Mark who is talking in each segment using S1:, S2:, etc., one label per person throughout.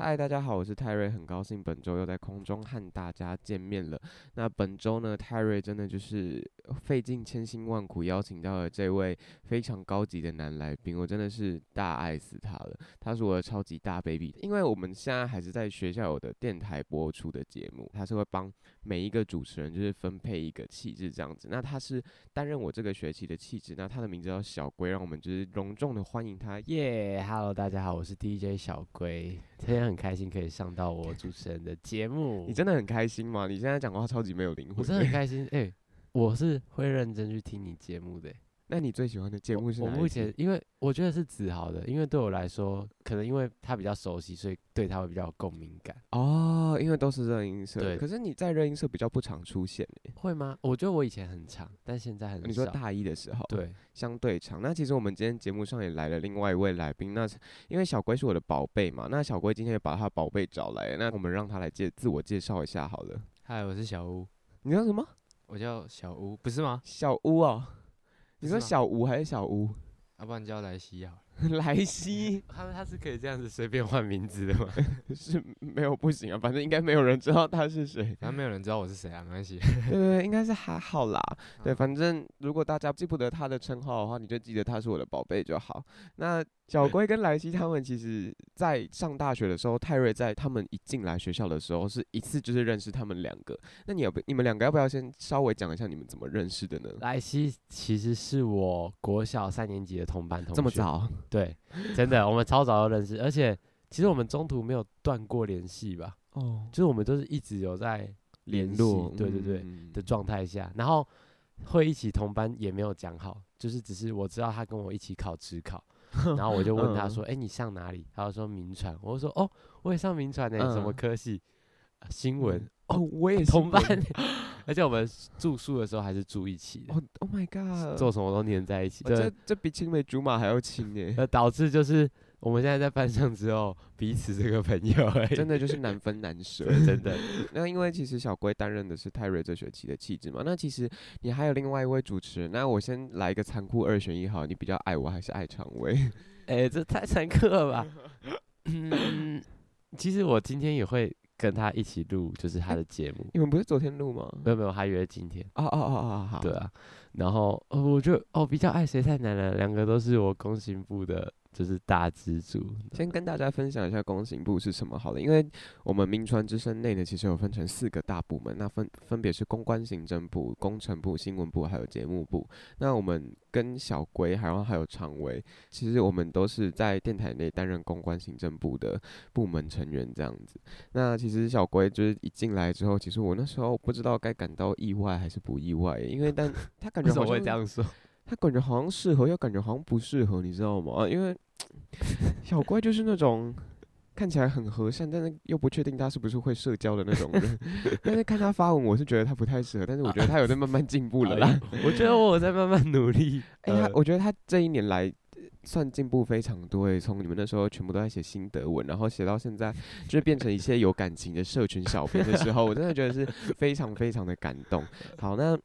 S1: 嗨，大家好，我是泰瑞，很高兴本周又在空中和大家见面了。那本周呢，泰瑞真的就是呃费尽千辛万苦邀请到了这位非常高级的男来宾，我真的是大爱死他了。他是我的超级大 baby，因为我们现在还是在学校有的电台播出的节目，他是会帮每一个主持人就是分配一个气质这样子。那他是担任我这个学期的气质，那他的名字叫小龟，让我们就是隆重的欢迎他，耶、
S2: 耶、h e l l o 大家好，我是 DJ 小龟，今天很开心可以上到我主持人的节目，
S1: 你真的很开心吗？你现在讲话超级没有灵魂。
S2: 我真的很开心，哎、我是会认真去听你节目的、
S1: 那你最喜欢的节目是
S2: 我
S1: 哪一
S2: 目
S1: 集
S2: 前因为我觉得是子豪的，因为对我来说，可能因为他比较熟悉，所以对他会比较有共鸣感，
S1: 哦，因为都是热音社，
S2: 对
S1: 可是你在热音社比较不常出现耶、
S2: 会吗？我觉得我以前很长，但现
S3: 哦
S2: 在很少。
S1: 你说大一的时候，，
S2: 对，
S1: 相对长。那其实我们今天节目上也来了另外一位来宾，那是因为小龟是我的宝贝嘛，那小龟今天也把他的宝贝找来了，那我们让他来介自我介绍一下好了。
S3: 嗨，我是小吴，
S1: 你叫什么？
S3: 我叫小吴，不是吗？
S1: 小乌哦。你
S3: 不
S1: 说
S3: 是吗
S1: 小吴还是小吴？
S3: 要、不然叫莱西好了。
S1: 莱西
S2: 他们他是可以这样子随便换名字的吗？
S1: 是没有不行啊，反正应该没有人知道他是谁。
S3: 反正没有人知道我是谁啊，没关系。
S1: 对对对，应该是还好啦。对，
S2: 嗯
S3: 啊
S1: 反正如果大家记不得他的称号的话，你就记得他是我的宝贝就好。 那小龟跟莱西他们其实，在上大学的时候，泰瑞在他们一进来学校的时候，是一次就是认识他们两个。那你要不你们两个要不要先稍微讲一下你们怎么认识的呢？
S2: 莱西其实是我国小三年级的同班同学，
S1: 这么早？
S2: 对，真的，我们超早就认识，而且其实我们中途没有断过联系吧，
S1: 哦，
S2: 就是我们都是一直有在
S1: 联
S2: 联
S1: 络
S2: 系，对对对
S1: 嗯
S2: 的状态下，然后会一起同班也没有讲好，就是只是我知道他跟我一起考职 考，然后我就问他
S1: 嗯
S2: 说：“哎、你上哪里？”他就说民传，我就说：“哦，我也上民传呢、什么
S1: 嗯
S2: 科系？啊新闻。”
S1: 哦，我也是
S2: 同班，
S1: 我
S2: 而且我们住宿的时候还是住一起的，
S1: 哦，Oh my god！
S2: 做什么都黏在一起。
S1: 哦这
S2: 对，
S1: 这比青梅竹马还要亲 耶！
S2: 呃，导致就是我们现在在班上之后，彼此这个朋友而已，
S1: 真的就是难分难舍。
S2: 对真的。
S1: 那因为其实小龟担任的是泰瑞这学期的气质嘛，那其实你还有另外一位主持人，那我先来一个残酷二选一好，你比较爱我还是爱常威？
S2: 哎、这太残酷了 吧？嗯，其实我今天也会跟他一起录，就是他的节目。
S1: 你们不是昨天录吗？
S2: 没有没有，他约今天。
S1: 哦哦哦哦，好，
S2: 对啊，然后、哦、我就哦比较爱谁太难了，两个都是我工信部的，就是大支柱。
S1: 先跟大家分享一下工行部是什么好了，因为我们民传之声内呢，其实有分成四个大部门，那分分别是公关行政部、工程部、新闻部还有节目部。那我们跟小龟，然后还有常维，其实我们都是在电台内担任公关行政部的部门成员这样子。那其实小龟就是一进来之后，其实我那时候不知道该感到意外还是不意外，因为 但他感
S2: 为
S1: 觉
S2: 什么
S1: 好
S2: 会
S1: 像
S2: 这样说？
S1: 他感觉好像适合，又感觉好像不适合，你知道吗？啊因为小乖就是那种看起来很和善，但是又不确定他是不是会社交的那种人。但是看他发文，我是觉得他不太适合，但是我觉得他有在慢慢进步了啦。
S2: 我觉得我有在慢慢努 力。
S1: 哎、他我觉得他这一年来呃算进步非常多、欸，从你们那时候全部都在写心得文，然后写到现在，就是变成一些有感情的社群小编的时候，我真的觉得是非常非常的感动。好，那。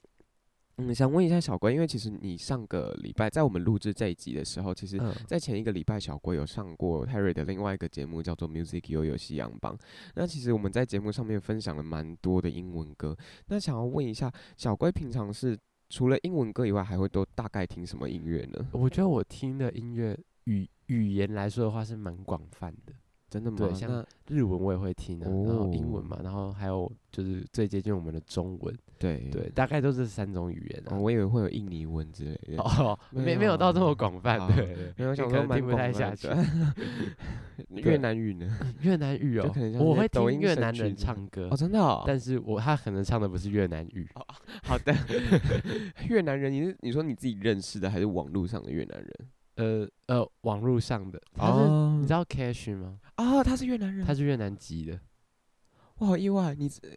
S1: 嗯，想问一下小龟，因为其实你上个礼拜在我们录制这一集的时候，其实
S2: 嗯，
S1: 在前一个礼拜，小龟有上过泰瑞的另外一个节目，叫做《Music 悠悠西洋榜》。那其实我们在节目上面分享了蛮多的英文歌。那想要问一下，小龟平常是除了英文歌以外，还会都大概听什么音乐呢？
S2: 我觉得我听的音乐语语言来说的话是蛮广泛的。
S1: 真的吗？
S2: 对像
S1: 那
S2: 日文我也会听啊，然后英文
S1: 哦
S2: 嘛，然后还有就是最接近我们的中文，
S1: 对
S2: 对，，大概都是三种语言
S1: 哦，
S2: 啊。
S1: 我以为会有印尼文之 类的。
S2: 哦，没没有到这
S1: 没有
S2: 么
S1: 啊
S2: 广泛
S1: 好，
S2: 对，
S1: 没有，我
S2: 你
S1: 想
S2: 可
S1: 说
S2: 能
S1: 蛮
S2: 听不
S1: 广
S2: 太
S1: 泛
S2: 下去
S1: 的。 越
S2: 对
S1: 南语 呢？
S2: 越南语
S1: 就
S2: 哦
S1: 可能，像
S2: 我
S1: 那
S2: 会
S1: 抖
S2: 听
S1: 音
S2: 越
S1: 神
S2: 南
S1: 曲
S2: 人
S1: 之类
S2: 唱歌
S1: 哦，，真的哦。
S2: 但是我他可能唱的不是越南语，
S1: 好的， 越南人，你是你说你自己认识的，还是网络上的越南人？
S2: 呃呃，网络上的，他是、
S1: 哦
S2: 你知道 Cash 吗？
S1: 啊，他是越南人，
S2: 他是越南籍的，
S1: 我好意外，你呃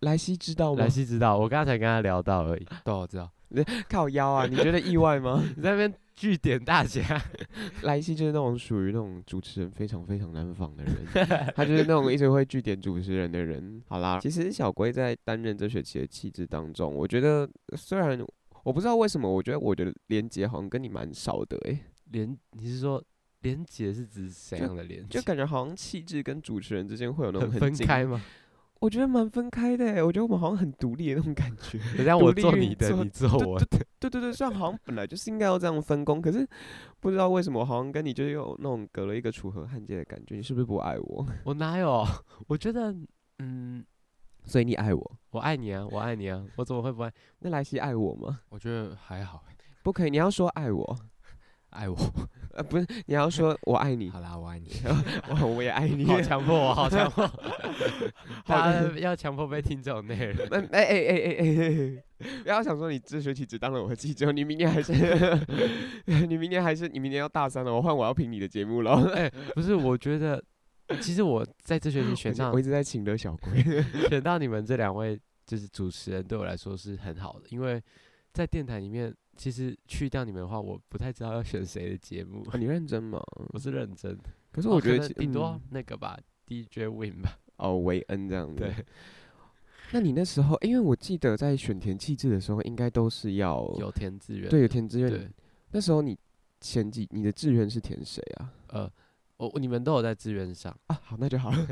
S1: 莱西知道哦吗哦
S2: 莱？西知道，我刚才跟他聊到而已。
S3: 对，我知道。
S1: 靠腰 啊，你觉得意外吗？
S2: 你在那边据点大家，
S1: 莱西就是那种属于那种主持人非常非常难仿的人， 他就是那种一直会据点主持人的人。好啦，其实小龟在担任这学期的气质当中，我觉得虽然我不知道为什么，我觉得我觉得连接好像跟你蛮少的欸 诶、
S2: 连你是说连结是指怎样的连结？
S1: 就感觉好像气质跟主持人之间会有那种
S2: 很分
S1: 紧
S2: 开吗？
S1: 我觉得蛮分开的、欸，我觉得我们好像很独立的那种感觉。
S2: 人家
S1: 独
S2: 我
S1: 立
S2: 做
S1: 运
S2: 你的，
S1: 作
S2: 你做我的，
S1: 对对对，虽然好 像本来就是应该要这样分工，可是不知道为什么好像跟你就有那种隔了一个楚河汉界的感觉。你是不是不爱我？
S2: 我哪有？我觉得，嗯，
S1: 所以你爱我？
S2: 我爱你啊，我爱你啊，我怎么会不爱？
S1: 那莱西爱我吗？
S3: 我觉得还好，欸
S1: 不可以，你要说爱我，
S3: 爱我。
S1: 呃，不是，你要说我爱你，
S3: 好啦，我爱你。
S1: 我我也爱你。
S2: 好强迫我，好强迫， 大
S1: 的
S2: 家 要强迫被听这种内容。
S1: 那哎哎哎哎哎哎，不要想说你这学期只当了我的记者，你明年还 是你明年还是你明年要大三了，我换我要评你的节目了。
S2: 不是，我觉得其实我在这学期选到
S1: 我一直在请的小 龟，
S2: 选到你们这两位就是主持人，对我来说是很好的，因为在电台里面，其实去掉你们的话，我不太知道要选谁的节目。
S3: 嗯
S1: 哦你认真吗？
S2: 我是认真的，
S1: 可是
S2: 那
S1: 我觉得其
S2: 顶多
S1: 嗯
S2: 那个吧，DJ Win 吧。
S1: 哦，维恩这样子。
S2: 对，
S1: 那你那时候，因为我记得在选填气质的时候，应该都是要
S2: 有填志愿，
S1: 对有填志愿。
S2: 对，
S1: 那时候你前几你的志愿是填谁啊？
S2: 呃，我你们都有在志愿 上，
S1: 啊，好，那就好了。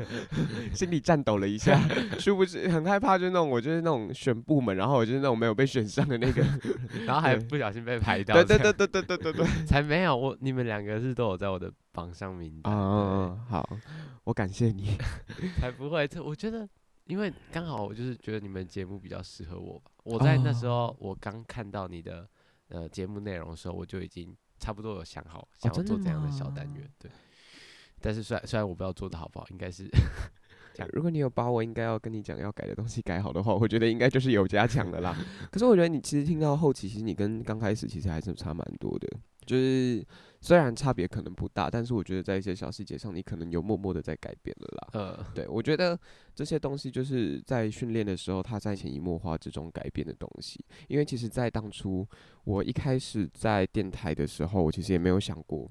S1: 心里颤抖了一 下，殊不知很害怕，就是那种我就是那种选部门，然后我就是那种没有被选上的那个。
S2: 然后还
S1: 对
S2: 不小心被排掉，
S1: 对对对，对对对对 对。
S2: 才没有我你们两个是都有在我的榜上名单，对
S1: 啊，好，我感谢你。
S2: 才不会。这我觉得，因为刚好我就是觉得你们节目比较适合我吧。我在那时候，我刚看到你的呃节目内容的时候，我就已经差不多有想好想要
S1: 真的
S2: 做这哦样的小单
S1: 吗
S2: 元，对。但是虽然虽然我不知道做的好不好，应该是
S1: 如果你有把我应该要跟你讲要改的东西改好的话，我觉得应该就是有加强的啦。 可是我觉得你其实听到后期，其实你跟刚开始其实还是差蛮多的，就是虽然差别可能不大，但是我觉得在一些小细节上，你可能有默默的在改变了啦。
S2: 呃
S1: 对，我觉得这些东西就是在训练的时候，它在潜移默化之中改变的东西。因为其实，在当初我一开始在电台的时候，我其实也没有想过，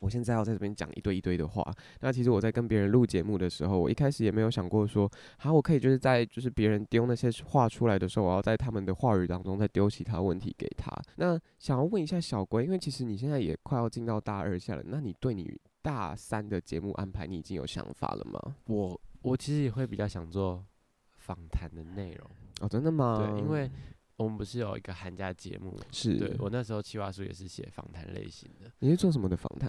S1: 我现在要在这边讲一堆一堆的话。那其实我在跟别人录节目的时候，我一开始也没有想过说，好，我可以就是在就是别人丢那些话出来的时候，我要在他们的话语当中再丢其他问题给他。那想要问一下小龟，因为其实你现在也快要进到大二下了，那你对你大三的节目安排，你已经有想法了吗？
S2: 我我其实也会比较想做访谈的内容，
S1: 哦，真的吗？
S2: 对，因为我们不是有一个寒假节目嘛，
S1: 是
S2: 对我那时候企划书也是写访谈类型的，
S1: 你是做什么的访谈？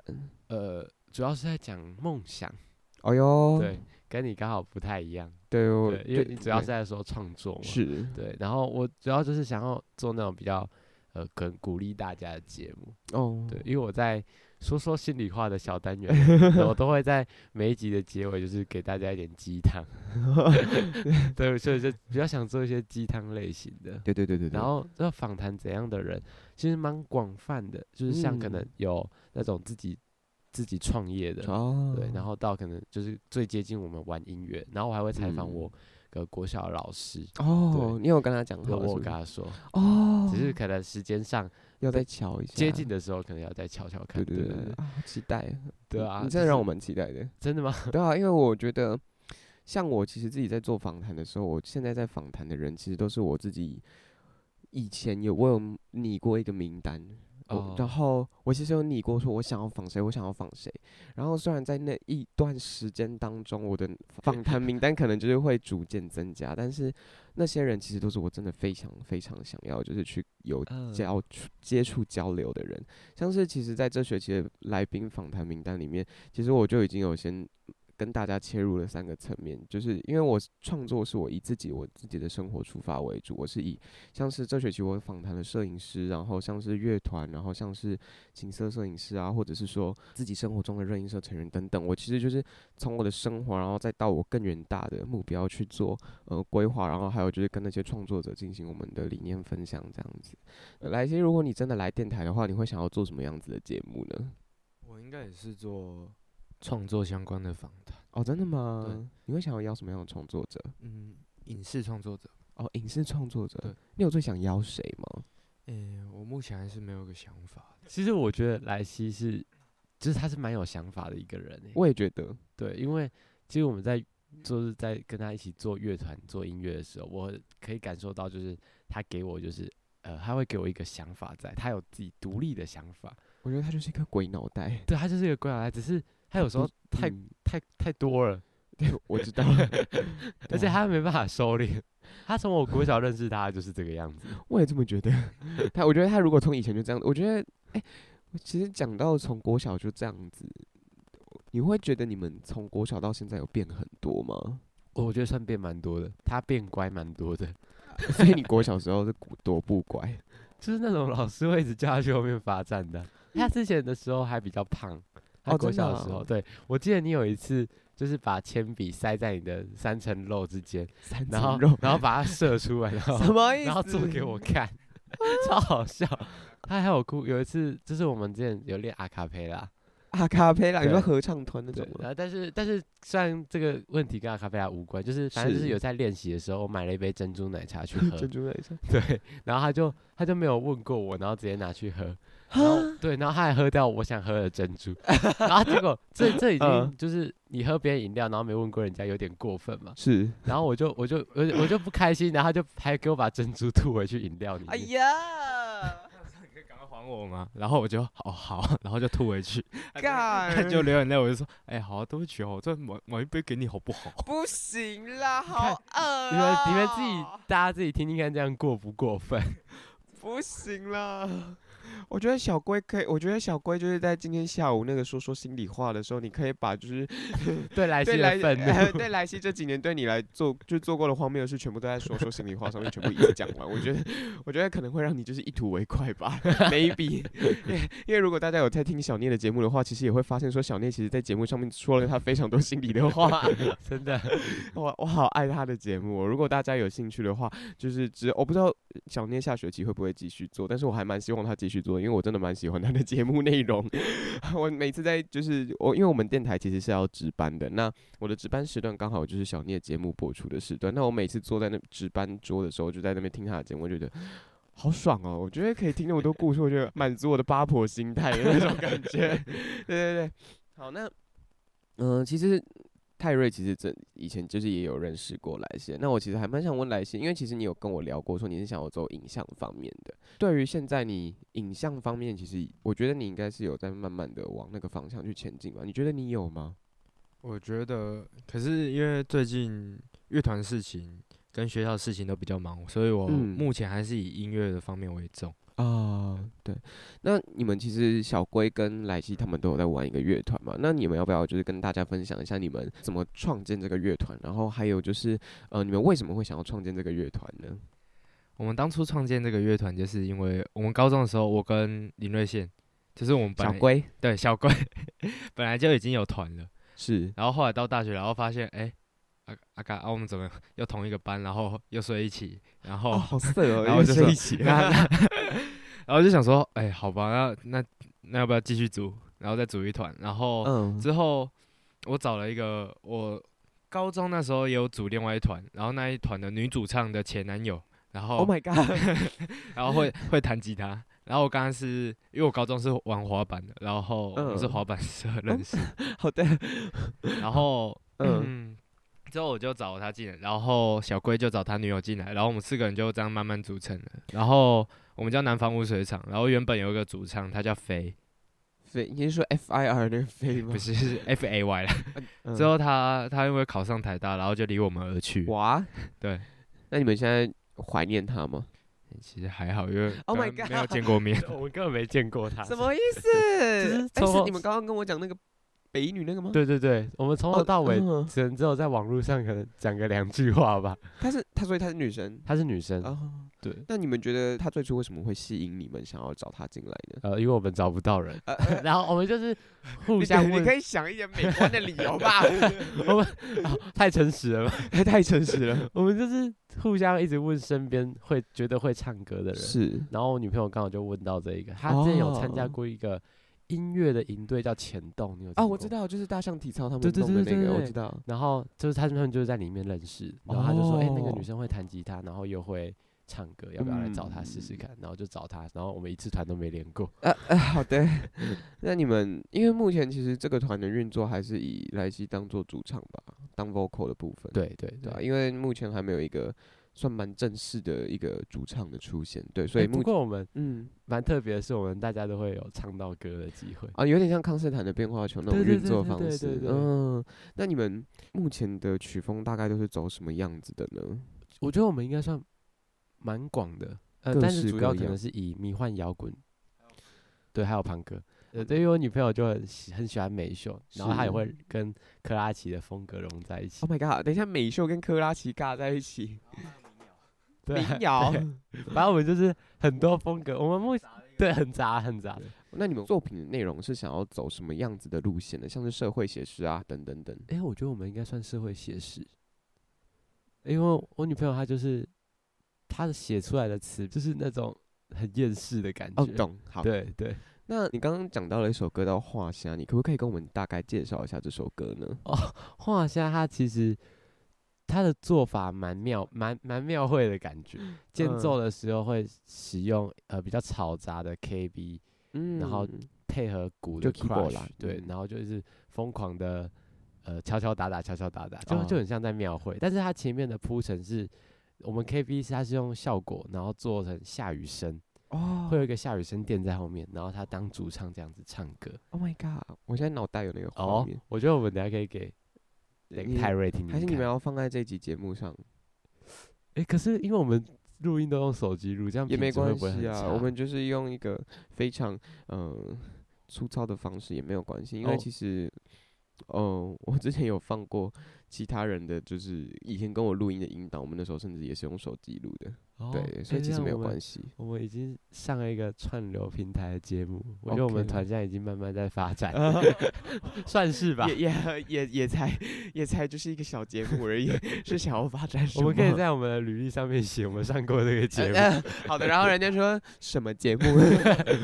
S2: 呃，主要是在讲梦想，
S1: 哎呦，
S2: 对，跟你刚好不太一样，
S1: 对哦，
S2: 对，因为你主要
S1: 对
S2: 是在说创作嘛，
S1: 是
S2: 对，然后我主要就是想要做那种比较呃，跟鼓励大家的节目，
S1: 哦，
S2: 对，因为我在说说心里话的小 单元，我都会在每一集的结尾就是给大家一点鸡 汤，对，所以就比较想做一些鸡汤类型的。
S1: 对对对对对，
S2: 然后要访谈怎样的人，其实蛮广泛的，就是像可能
S1: 嗯
S2: 有那种自己自己创业的，
S1: 哦，
S2: 对，然后到可能就是最接近我们玩音乐，然后我还会采访
S1: 嗯
S2: 我个国小的老师，
S1: 哦，你有跟他讲
S2: 有
S1: 好
S2: 我
S1: 是
S2: 有
S1: 不是
S2: 跟他说，
S1: 哦，
S2: 只是可能时间上
S1: 要再瞧一下
S2: 接近。的时候，可能要再瞧瞧看。
S1: 对对
S2: 对
S1: 对对，啊，好期待啊！
S2: 对
S1: 你
S2: 啊，
S1: 你
S2: 就
S1: 真的让
S2: 是
S1: 我蛮期待的。
S2: 真的吗？
S1: 对啊，因为我觉得，像我其实自己在做访谈的时候，我现在在访谈的人，其实都是我自己以前有我有拟过一个名单，哦
S2: 哦，
S1: 然后我其实有拟过说我想要访谁，我想要访谁。然后虽然在那一段时间当中，我的访谈名单可能就是会逐渐增加，但是那些人其实都是我真的非常非常想要，就是去有
S2: 嗯
S1: 交触接触交流的人。像是其实在这学期的来宾访谈名单里面，其实我就已经有先跟大家切入了三个层面，就是因为我是创作是我以自己我自己的生活出发为主，我是以像是这学期我访谈了摄影师，然后像是乐团，然后像是景色摄影师啊，或者是说自己生活中的热映社成员等等，我其实就是从我的生活，然后再到我更远大的目标去做呃规划，然后还有就是跟那些创作者进行我们的理念分享这样子。呃莱西，如果你真的来电台的话，你会想要做什么样子的节目呢？
S3: 我应该也是做创作相关的访谈，
S1: 哦，真的吗？你会想要邀什么样的创作者？
S3: 嗯，影视创作者。
S1: 哦，影视创作者
S3: 对，
S1: 你有最想邀谁吗？
S3: 诶、我目前还是没有个想法的。
S2: 其实我觉得莱西是，就是他是蛮有想法的一个人、欸。
S1: 我也觉得，
S2: 对，因为其实我们在就是在跟他一起做乐团、做音乐的时候，我可以感受到，就是他给我就是呃，他会给我一个想法在，他有自己独立的想法。
S1: 我觉得他就是一个鬼脑袋。
S2: 对他就是一个归来，只是他有时候太、
S1: 嗯
S2: 太太多了，
S1: 我知道，
S2: 而且
S1: 对啊
S2: 他没办法收敛。 他从我国小认识他就是这个样子。
S1: 我也这么觉得。他，我觉得他如果从以前就这样，我觉得，哎、我其实讲到从国小就这样子，你会觉得你们从国小到现在有变很多吗？
S2: 我觉得算变蛮多的，他变乖蛮多的，
S1: 所以你国小时候是多不 乖，
S2: 就是那种老师会一直叫他去后面罚站 的。啊他之前的时候还比较胖，他
S1: 哦
S2: 国
S1: 真的
S2: 小的时候，
S1: 啊
S2: 对我记得你有一次就是把铅笔塞在你的三层肉之间，
S1: 三
S2: 然
S1: 层
S2: 后
S1: 肉
S2: 然后把它射出来，然
S1: 什
S2: 后
S1: 么意思？啊
S2: 然后做给 我看，超好笑。他还有哭，有一次就是我们之前有练阿卡贝拉，
S1: 阿卡贝拉，你说
S2: 对
S1: 合唱团那
S2: 对
S1: 种，吗？
S2: 然后但是但是虽然这个问题跟阿卡贝拉无关，就是反正就是
S1: 是
S2: 有在练习的时候，我买了一杯珍珠奶 茶去喝
S1: 珍，珠奶茶，
S2: 对，然后他就他就没有问过我，然后直接拿去喝，然后
S1: 啊
S2: 对，然后他还喝掉我想喝的珍珠， 然后结果这这已经
S1: 嗯
S2: 就是你喝别人饮料，然后没问过人家，有点过分嘛。
S1: 是，
S2: 然后我就我就我就我就不开心，然后他就还给我把珍珠吐回去饮料里
S1: 哎
S2: 面。
S1: 呀，
S3: 你可以赶快还我吗？然后我就哦好， 然后就吐回去， 他
S1: 干
S3: 就流眼泪，我就说，哎、好、啊，对不起哦，我再买买一杯给你好不好？
S1: 不行啦，啊
S2: 看
S1: 饿、哦
S2: 你们你们自己大家自己听听看，这样过不过分？
S1: 不行啦。我觉得小龟可以，我觉得小龟就是在今天下午那个说说心里话的时候，你可以把就是
S2: 对莱西
S1: 对莱
S2: 的愤
S1: 呃
S2: 怒，
S1: 对莱西这几年对你来做就做过的荒谬的事，全部都在说说心里话上面全部一一讲完。我觉得我觉得可能会让你就是一吐为快 吧，maybe 因为。因为如果大家有在听小聂的节目的话，其实也会发现说小聂其实在节目上面说了他非常多心里的话。
S2: 真的。
S1: 我我好爱他的节目、哦，如果大家有兴趣的话，就是只我不知道小念下学期会不会继续做，但是我还蛮希望他继续做，因为我真的蛮喜欢他的节目内容。 我每次在就是我，因为我们电台其实是要值班的，那我的值班时段刚好就是小聂节目播出的时段，那我每次坐在那值班桌的时候，就在那边听他的节目，我觉得。好爽哦！我觉得可以听那么多故事，我觉得满足我的八婆心态的那种感觉。 对对对，好， 那嗯、呃其实泰瑞其实这以前就是也有认识过莱西，那我其实还蛮想问莱西，因为其实你有跟我聊过，说你是想要走影像方面的。对于现在你影像方面，其实我觉得你应该是有在慢慢的往那个方向去前进吧？你觉得你有吗？
S3: 我觉得，可是因为最近乐团事情跟学校事情都比较忙，所以我
S1: 嗯
S3: 目前还是以音乐的方面为重。
S1: 啊、对，那你们其实小龟跟莱西他们都有在玩一个乐团嘛？那你们要不要就是跟大家分享一下你们怎么创建这个乐团？然后还有就是，呃，你们为什么会想要创建这个乐团呢？
S3: 我们当初创建这个乐团，就是因为我们高中的时候，我跟林瑞宪，就是我们本
S1: 小
S3: 来
S1: 龟
S3: 对小龟本来就已经有团了，
S1: 是
S3: 然后后来到大学，然后发现哎。阿阿嘎啊，我们怎么又同一个班，然后又睡一起，然后、
S1: 哦，好色 哦，
S3: 然后就
S1: 睡
S3: 说
S1: 一起，
S3: 那那然后就想说，哎、好吧，那那那要不要继续组，然后再组一团？然后
S2: 哦
S1: 嗯，
S3: 之后我找了一个，我高中那时候也有组另外一团，然后那一团的女主唱的前男友，然后、
S1: Oh my god！
S3: 然后会会弹吉他。然后我刚刚是因为我高中是玩滑板的，然后我们是
S1: 嗯
S3: 滑板社认识，
S1: 好的，
S3: 然后
S1: 嗯，
S3: 嗯，之后我就找他进来，然后小龟就找他女友进来，然后我们四个人就这样慢慢组成了。然后我们叫南方污水厂，然后原本有一个主唱，他叫飞，
S1: 飞，你是说 F I R 那个飞吗
S3: 不？是是 F A Y 啦。
S1: 嗯
S3: 之后他他因为考上台大，然后就离我们而去。
S1: 哇，
S3: 对，
S1: 那你们现在怀念他吗？
S3: 其实还好，因 为
S1: Oh my
S3: 刚刚没有见过面。
S2: 我们根本没见过他，
S1: 什么意思？
S2: 是
S1: 哎
S2: 从
S1: 是你们刚刚跟我讲那个北一女那个吗？，
S2: 对对对，我们从头
S1: 哦
S2: 到尾
S1: 嗯
S2: 只能只有在网络上可能讲个两句话吧。
S1: 她是她，所以她是女神
S2: 她是女生，
S1: 啊。
S2: 嗯对，
S1: 那你们觉得她最初为什么会吸引你们，想要找她进来 呢？
S2: 呃，因为我们找不 到人， 然后我们就是互
S1: 呃你可
S2: 相
S1: 以你
S2: 问
S1: 可，以想一点美观的理由吧，
S2: 我们、啊太诚实了吧，
S1: 太诚实了。
S2: 我们就是互相一直问身边会觉得会唱歌的人。
S1: 是
S2: 然后我女朋友刚好就问到这一个，她之前有参加
S1: 哦
S2: 过一个音乐的营队叫前动，你有
S1: 啊，
S2: 听
S1: 我知
S2: 过。
S1: 道，就是大象体操他
S2: 对
S1: 们
S2: 对
S1: 弄的
S2: 对
S1: 那
S2: 对
S1: 个，我
S2: 对
S1: 知道。
S2: 然后就是他们就是在里面认识，然后他就说，哎、那个
S1: 哦
S2: 女生会弹吉他，然后又会唱歌，要不要来找她试试
S1: 嗯
S2: 看？然后就找她，然后我们一次团都没连过。
S1: 呃好的，那你们因为目前其实这个团的运作还是以莱西当做主唱吧，当 vocal 的部分。
S2: 对对
S1: 对
S2: 对
S1: 啊，因为目前还没有一个算蛮正式的一个主唱的出现，对，所以
S2: 哎不
S1: 目前、
S2: 过我们
S1: 嗯
S2: 蛮特别的是，我们大家都会有唱到歌的机会。
S1: 啊，有点像康斯坦的变化球那
S2: 对
S1: 种
S2: 对
S1: 运
S2: 对
S1: 作
S2: 对
S1: 方
S2: 对
S1: 式
S2: 对。对
S1: 嗯，那你们目前的曲风大概都是走什么样子的呢？
S2: 我觉得我们应该算蛮广的，呃，
S1: 各
S2: 但是
S1: 式
S2: 主
S1: 各
S2: 要可
S1: 样
S2: 能是以迷幻摇滚，对，还有庞哥。呃，对，因为我女朋友就很喜很喜欢美秀，然后她也
S1: 是
S2: 会跟克拉奇的风格融在一起
S1: Oh。my god！等一下，美秀跟科拉奇尬在一起，
S2: 对，
S1: 民谣。
S2: 对反正我们就是很多风格，我们目对很杂很杂。
S1: 那你们作品的内容是想要走什么样子的路线呢？像是社会写实啊，等等等。
S2: 哎、我觉得我们应该算社会写实，因为我女朋友她就是她的写出来的词就是那种很厌世的感觉。
S1: 哦，懂。好，
S2: 对对，
S1: 那你刚刚讲到了一首歌叫《画虾》，你可不可以跟我们大概介绍一下这首歌呢？
S2: 画虾它其实它的做法蛮妙，蛮蛮庙会的感觉。间
S1: 嗯
S2: 奏的时候会使用呃比较嘈杂的 KB
S1: 嗯
S2: 然后配合鼓
S1: 就
S2: 的
S1: keyboard
S2: crush，
S1: 啦
S2: 对
S1: 嗯，
S2: 然后就是疯狂的呃敲敲打打敲敲打打，就就
S1: 哦
S2: 很像在庙会。但是它前面的铺陈是我们 KB 是它是用效果，然后做成下雨声，
S1: 哦
S2: 会有一个下雨声垫在后面，然后他当主唱这样子唱歌。
S1: ，Oh my god！我现在脑袋有那个画
S2: 哦
S1: 面，，
S2: 我觉得我们等一下可以给那
S1: 你
S2: 个泰瑞听听看，
S1: 还是你们要放在这集节目上
S2: 哎、可是因为我们录音都用手机录，这样
S1: 也
S2: 品
S1: 没
S2: 质会
S1: 关
S2: 不会
S1: 系
S2: 很
S1: 啊，
S2: 差
S1: 我们就是用一个非常嗯、呃粗糙的方式也没有关系，因为
S2: 哦
S1: 其实。哦，我之前有放过其他人的，就是以前跟我录音的音档，我们那时候甚至也是用手机录的，
S2: 哦
S1: 对，所以其实没有关
S2: 系。
S1: 系。
S2: 我们已经上了一个串流平台的节目，我觉得我
S1: OK
S2: 们团现在已经慢慢在 发展算是吧。
S1: 也也 也也才也才就是一个小节目而已，是想要发展什
S2: 我
S1: 么？
S2: 们可以在我们的履历上面写我们上过这个节目。
S1: 呃好的，然后人家说什么节目？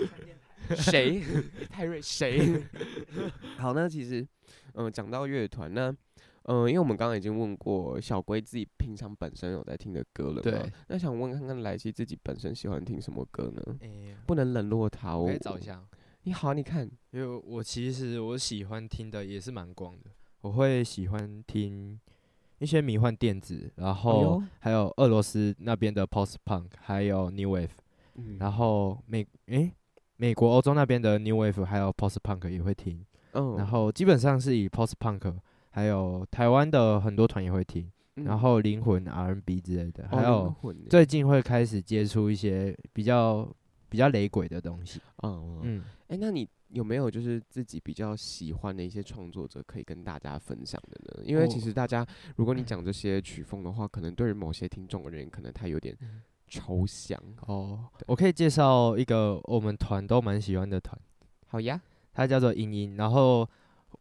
S1: 谁？泰瑞谁？ 好，那其实，嗯、讲到乐团，那，嗯、因为我们刚刚已经问过小龟自己平常本身有在听的歌了嘛，
S2: 对，
S1: 那想问看看莱西自己本身喜欢听什么歌呢？
S3: 哎，
S1: 不能冷落他哦。
S3: 我可以找一。下，
S1: 你好，你看，
S3: 因为我其实我喜欢听的也是蛮广的，我会喜欢听一些迷幻电子，然后
S1: 哦，
S3: 还有俄罗斯那边的 post punk，还有 new wave，
S1: 嗯
S3: 然后美诶、美国、欧洲那边的 new wave 还有 post punk 也会听，
S1: 嗯
S3: 然后基本上是以 post punk，还有台湾的很多团也会听，然
S1: 哦
S3: 后灵魂 R&B 之类的，还有
S1: 嗯
S3: 最近会开始接触一些比较比较雷鬼的东西。
S1: 哦灵魂耶，嗯嗯
S3: 嗯，
S1: 哎、那你有没有就是自己比较喜欢的一些创作者可以跟大家分享的呢？因为其
S3: 哦
S1: 实大家，如果你讲这些曲风的话，可能对于某些听众而言，可能他有点
S3: 嗯
S1: 抽象。
S3: 哦，我可以介绍一个我们团都蛮喜欢的团，
S1: 好呀，
S3: 它叫做英英，然后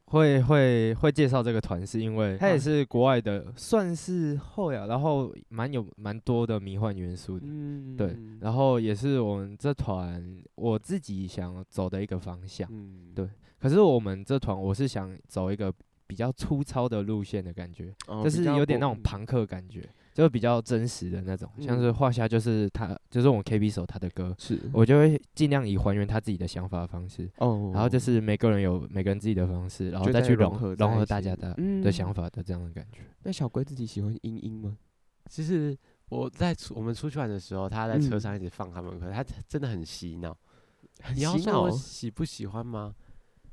S3: 会会会介绍这个团，是因为它也
S1: 嗯
S3: 是国外的，算是后摇，然后蛮有蛮多的迷幻元素的。
S1: 嗯
S3: 对，然后也是我们这团我自己想走的一个方向，
S1: 嗯
S3: 对可是我们这团我是想走一个比较粗糙的路线的感觉，
S1: 哦
S3: 就
S1: 比
S3: 是
S1: 较
S3: 有点
S1: 不
S3: 那种朋克感觉，就比较真实的那种，像
S1: 嗯
S3: 是画下就是他就是我们 KB 手他的歌，
S1: 是
S3: 我就会尽量以还原他自己的想法的方式，
S1: 哦
S3: 然后就是每个人有每个人自己的方式，然后
S1: 就
S3: 再
S1: 再
S3: 去
S1: 融
S3: 融
S1: 合在
S3: 融
S1: 一
S3: 合大
S1: 起
S3: 家的
S1: 嗯
S3: 的想法的这样的感觉。
S1: 那小龟自己喜欢英英吗？
S2: 其实我在出我们出去玩的时候，他在车
S1: 嗯
S2: 上一直放他们歌，他真的很洗脑。
S1: 很
S2: 你要
S1: 洗
S2: 说
S1: 脑
S2: 我喜不喜欢吗？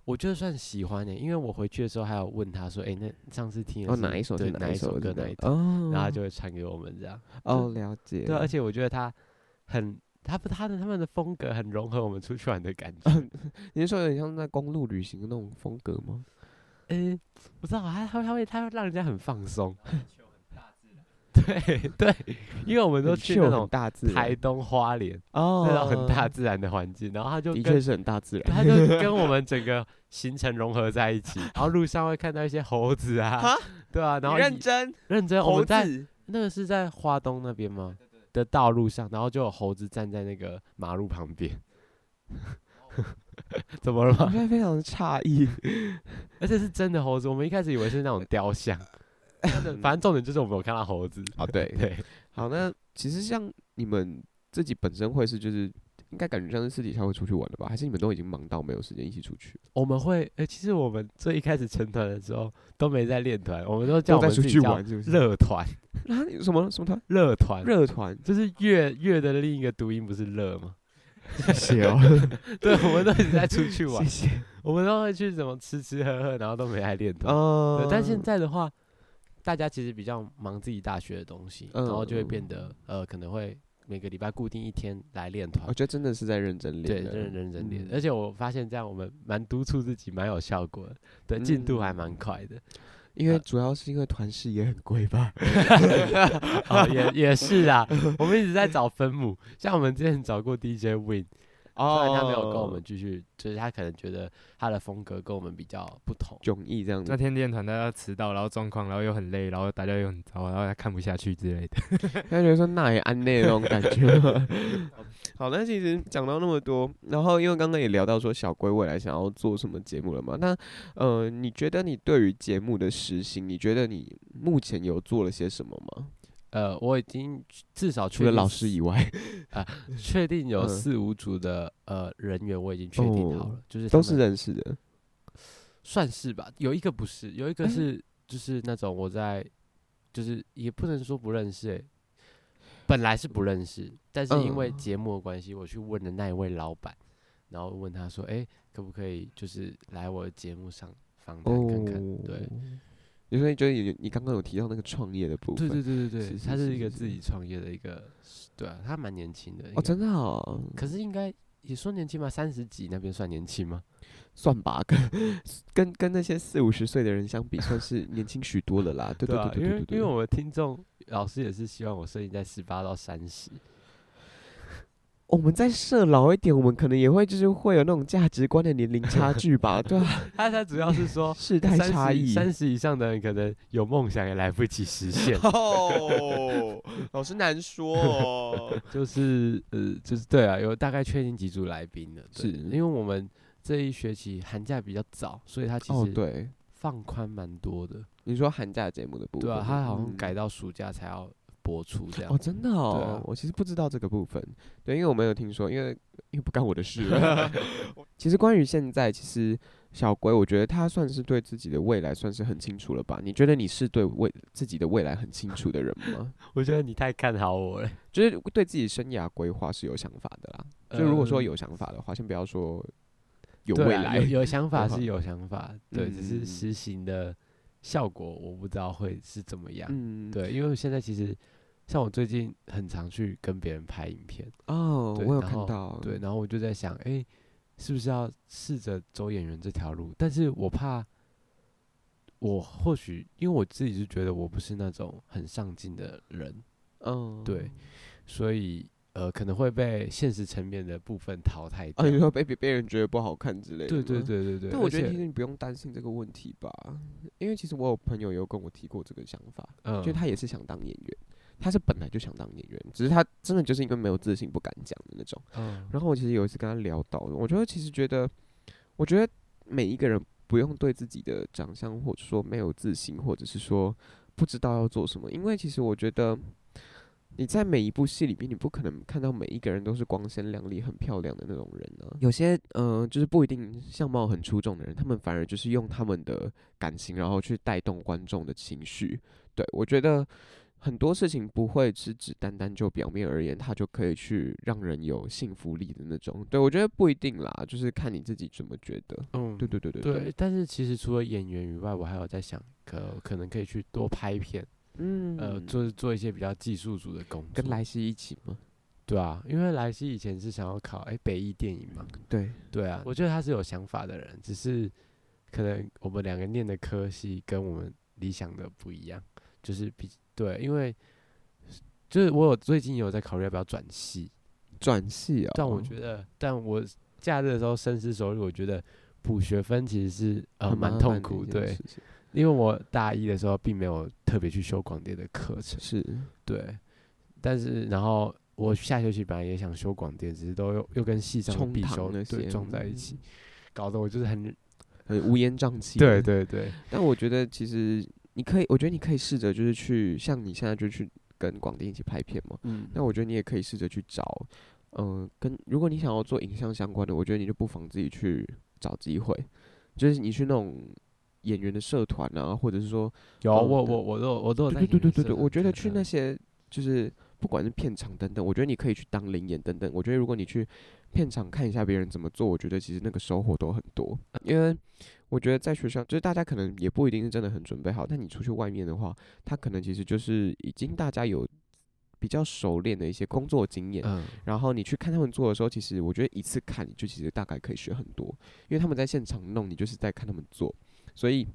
S2: 我觉得算喜欢呢、因为我回去的时候还有问他说：“哎、那上次听的
S1: 哦，
S2: 是
S1: 哪一首
S2: 对
S1: 是
S2: 哪
S1: 一
S2: 首
S1: 首
S2: 歌
S1: 是
S2: 哪
S1: 哪
S2: 一
S1: 一
S2: 首？”
S1: 哦，
S2: 然后他就会传给我们这样。
S1: 哦了解
S2: 对啊，而
S1: 了
S2: 且我觉得他很他不他的他们的风格
S1: 嗯
S2: 很融合我们出去玩的感觉。
S1: 你是说有点像在公路旅行的那种风格吗？
S2: 嗯，不知道，他他他会他会让人家很放松。对 对，因为我们都
S1: 很
S2: 去那
S1: chill，
S2: 种
S1: 很大自
S2: 台
S1: 然
S2: 东花莲
S1: 哦
S2: 那种很大，自然的环境，然后他就
S1: 的
S2: 跟
S1: 确是很大自然。
S2: 他就跟我们整个行程融合在一起，然后路上会看到一些猴子啊
S1: 哈，
S2: 对啊，然后
S1: 你认
S2: 一
S1: 真，
S2: 认真，我
S1: 猴
S2: 们 在
S1: 子
S2: 那个是在花东那边吗？的道路上，然后就有猴子站在那个马路旁边，
S1: 哦
S2: 怎么了
S1: 我
S2: 吗？
S1: 现在非常的诧异，
S2: 而且是真的猴子，我们一开始以为是那种雕像，反正重点就是我们有看到猴子。
S1: 哦，对
S2: 对，
S1: 好，那其实像你们自己本身会是就是。应该感觉像是私底下会出去玩的吧？还是你们都已经忙到没有时间一起出去？
S2: 我们会，哎、其实我们最一开始成团的时候都没在练团，我们都叫
S1: 都在
S2: 我们嗯
S1: 出
S2: 自己
S1: 去
S2: 叫
S1: 玩是不是？
S2: 乐团，
S1: 啊，你什么什么团？
S2: 乐团，，
S1: 热团
S2: 就是乐乐的另一个读音不是乐吗？
S1: 谢谢哦，
S2: 对，我们都一直在出去玩
S1: 谢，谢。
S2: 我们都会去怎么吃吃喝喝，然后都没来练团。
S1: 哦
S2: 对，但现在的话，大家其实比较忙自己大学的东西，然后就会
S1: 嗯
S2: 变得呃，可能会每个礼拜固定一天来练团
S1: 我。觉得真的是在认真
S2: 对，
S1: 哦练的，
S2: 认认真练，
S1: 嗯
S2: 而且我发现这样我们蛮督促自己，蛮有效果的，对，进度还蛮
S1: 嗯
S2: 快的，
S1: 因为
S2: 呃
S1: 主要是因为团式也很贵吧？
S2: 哦，也也是啊，我们一直在找分母，像我们之前找过 DJ Win，虽
S1: 哦
S2: 然他没有跟我们继续，就是他可能觉得他的风格跟我们比较不同，
S1: 迥异这样
S3: 那
S1: 子，
S3: 天练团大家迟到，然后状况，然后又很累，然后大家又很糟，然后他看不下去之类的。
S1: 他觉得说那也安内那种感觉。 好，那其实讲到那么多，然后因为刚刚也聊到说小龟未来想要做什么节目了嘛，那呃，你觉得你对于节目的实行，你觉得你目前有做了些什么吗？
S2: 呃，我已经至少
S1: 除
S2: 确
S1: 了
S2: 定
S1: 老
S2: 四
S1: 师以 外，
S2: 确定有
S1: 嗯
S2: 四五组的呃人员，我已经确定好
S1: 哦
S2: 了，就是
S1: 都
S2: 他
S1: 是
S2: 们
S1: 认识的。
S2: 算是吧，有一个不是，有一个
S1: 哎
S2: 是就是那种我在就是也不能说不认识、欸，本来是不认识，但是因为
S1: 嗯
S2: 节目的关系，我去问了那一位老板，然后问他说，哎、可不可以就是来我的节目上访谈看看？
S1: 哦
S2: 对。
S1: 你说，就是你你刚刚有提到那个创业的部分，
S2: 对对对对
S1: 是
S2: 对，
S1: 是
S2: 他
S1: 是
S2: 是一
S1: 是
S2: 个
S1: 是
S2: 自己创业的一个，对啊，他蛮年轻的应
S1: 哦，
S2: 该
S1: 真的哦，
S2: 可是应该也说年轻吗？三十几那边算年轻吗？
S1: 算吧，跟跟跟那些四五十岁的人相比，算是年轻许多了啦。对对
S2: 啊，
S1: 对
S2: 因
S1: 对
S2: 为
S1: 对
S2: 因
S1: 对，
S2: 为我们听众老师也是希望我设定在十八到 三十，
S1: 我们再设老一点，我们可能也会就是会有那种价值观的年龄差距 吧，对啊，
S2: 他他主要是 说
S1: 世代
S2: 三
S1: 差
S2: 十
S1: 异。，
S2: 哦三十以上的人可能有梦想也来不及实现
S1: 哦，老师难说哦。
S2: 就是呃就是对啊，有大概确定几组来宾了，对
S1: 是
S2: 因为我们这一学期寒假比较早，所以他其
S1: 哦，
S2: 实
S1: 对，
S2: 放宽蛮多的，
S1: 你说寒假节目的部分，
S2: 对啊，他好像
S1: 嗯
S2: 改到暑假才要播出这样
S1: 哦，。真的哦，
S2: 啊
S1: 我其实不知道这个部分，对，因为我没有听说，因为因为不干我的 事。 其实关于现在，其实小鬼，我觉得他算是对自己的未来算是很清楚了吧？你觉得你是对未自己的未来很清楚的人吗？
S2: 我觉得你太看好我了。
S1: 就是对自己生涯规划是有想法的啦。就如果说
S2: 呃
S1: 有想法的话，先不要说有
S2: 对
S1: 未
S2: 啊
S1: 来，
S2: 有 有想法
S1: 话
S2: 是有想法，对，只
S1: 嗯
S2: 是实行的效果我不知道会是怎么样。
S1: 嗯，
S2: 对，因为现在其实像我最近很常去跟别人拍影片，
S1: 哦，
S2: 对
S1: 我有
S2: 然
S1: 看
S2: 后
S1: 到，
S2: 对，，然后我就在想，哎、是不是要试着走演员这条路？但是我怕。我或许因为我自己就觉得我不是那种很上进的人，
S1: 嗯，
S2: 对，所以呃可能会被现实层面的部分淘汰掉。
S1: 啊，你说被别别人觉得不好看之类的，
S2: 对对。对对对，
S1: 但我
S2: 而
S1: 觉得
S2: 且
S1: 其实你不用担心这个问题吧，因为其实我有朋友有跟我提过这个想法，
S2: 嗯
S1: 就他也是想当演员，他是本来就想当演员，只是他真的就是因为没有自信不敢讲的那种。
S2: 嗯
S1: 然后我其实有一次跟他聊到，我觉得其实觉得，我觉得每一个人不用对自己的长相或者说没有自信，或者是说不知道要做什么，因为其实我觉得。你在每一部戏里面，你不可能看到每一个人都是光鲜亮丽、很漂亮的那种人啊。有些，嗯、就是不一定相貌很出众的人，他们反而就是用他们的感情，然后去带动观众的情绪。对我觉得，很多事情不会是只单单就表面而言，它就可以去让人有幸福力的那种。对我觉得不一定啦，就是看你自己怎么觉得。
S2: 嗯
S1: 对对对对
S2: 对，，但是其实除了演员以外，我还有在想，可可能可以去多拍片，
S1: 嗯，
S2: 呃，做做一些比较技术组的工作。
S1: 跟莱西一起吗？
S2: 对啊，因为莱西以前
S1: 嗯
S2: 是想要考哎、北艺电影嘛，
S1: 对，
S2: 对啊，我觉得他是有想法的人，只是可能我们两个念的科系跟我们理想的不一样，就是比对，因为就是我有最近有在考虑要不要转系，
S1: 转系啊、哦？
S2: 但我觉得，但我假日的时候深思熟虑，我觉得补学分其实是呃
S1: 很麻烦
S2: 蛮
S1: 哦
S2: 痛
S1: 的
S2: 苦，
S1: 一件
S2: 对，
S1: 事情，
S2: 因为我大一的时候并没有特别去修广电的课程，
S1: 是
S2: 对，但是然后我下学期本来也想修广电，只是都又又跟系上的
S1: 冲
S2: 必
S1: 堂
S2: 修
S1: 那
S2: 对
S1: 些嗯
S2: 撞在一起，搞得我就是很
S1: 很乌烟瘴气。
S2: 对，对对，
S1: 但我觉得其实你可以，我觉得你可以试着就是去，像你现在就去跟广电一起拍片嘛。
S2: 嗯
S1: 那我觉得你也可以试着去找，嗯、跟如果你想要做影像相关的，我觉得你就不妨自己去找机会，就是你去那种演员的社团啊，或者是说，
S2: 有
S1: 呃
S2: 我
S1: 对
S2: 我我都有我都有在
S1: 对对对
S2: 研
S1: 对
S2: 究啊
S1: 对对，
S2: 社
S1: 我觉得
S2: 团
S1: 去
S2: 看
S1: 那
S2: 看
S1: 些就是不管是片场等等，我觉得你可以去当领演等等。我觉得如果你去片场看一下别人怎么做，我觉得其实那个收获都很多，因为。我觉得在学校，就是大家可能也不一定是真的很准备好，但你出去外面的话，他可能其实就是已经大家有比较熟练的一些工作经验，
S2: 嗯
S1: 然后你去看他们做的时候，其实我觉得一次看你就其实大概可以学很多，因为他们在现场弄，你就是在看他们做，所以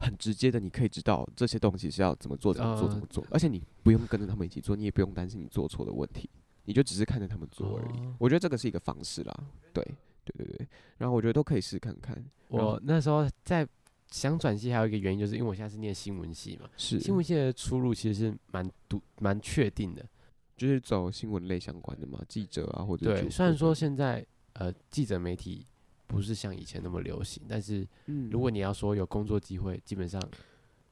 S1: 很直接的你可以知道这些东西是要怎么做、怎么做、怎
S2: 呃
S1: 么做，而且你不用跟着他们一起做，你也不用担心你做错的问题，你就只是看着他们做而已。
S2: 哦
S1: 我觉得这个是一个方式啦，对对对对，然后我觉得都可以试看看，然后
S2: 我那时候在想转系，还有一个原因就是因为我现在是念新闻系嘛，
S1: 是
S2: 新闻系的出路其实是蛮独蛮确定的。
S1: 就是走新闻类相关的嘛，记者啊或者主
S2: 对，
S1: 播
S2: 虽然说
S1: 这样
S2: 现在呃记者媒体不是像以前那么流行，但是
S1: 嗯
S2: 如果你要说有工作机会，基本上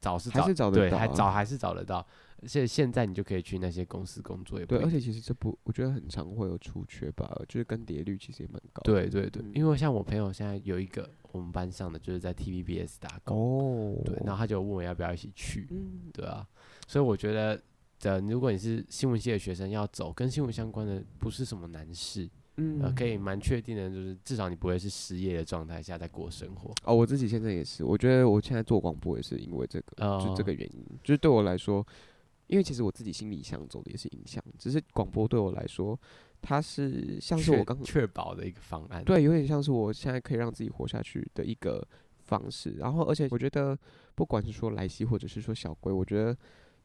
S2: 找是
S1: 还
S2: 找
S1: 是找得
S2: 对，
S1: 到
S2: 还
S1: 啊
S2: 找还是找得到。而且现在你就可以去那些公司工作，也不
S1: 对，
S2: 一
S1: 而且
S2: 定
S1: 其实这不，我觉得很常会有出缺吧，就是更迭率其实也蛮高的。
S2: 对对对，因为像我朋友现在有一个我们班上的就是在 TVBS 打工，
S1: 哦，
S2: 对，然后他就问我要不要一起去，
S1: 嗯，
S2: 对啊，所以我觉得，呃，如果你是新闻系的学生，要走跟新闻相关的，不是什么难事，
S1: 嗯
S2: 呃，可以蛮确定的，就是至少你不会是失业的状态下在过生活。
S1: 哦，我自己现在也是，我觉得我现在做广播也是因为这个，就这
S2: 哦
S1: 个原因，就是对我来说，因为其实我自己心里想走的也是影像，只是广播对我来说，它是像是
S2: 确
S1: 我刚
S2: 确保的一个方案。，
S1: 对，有点像是我现在可以让自己活下去的一个方式。然后，而且我觉得，不管是说莱西或者是说小龟，我觉得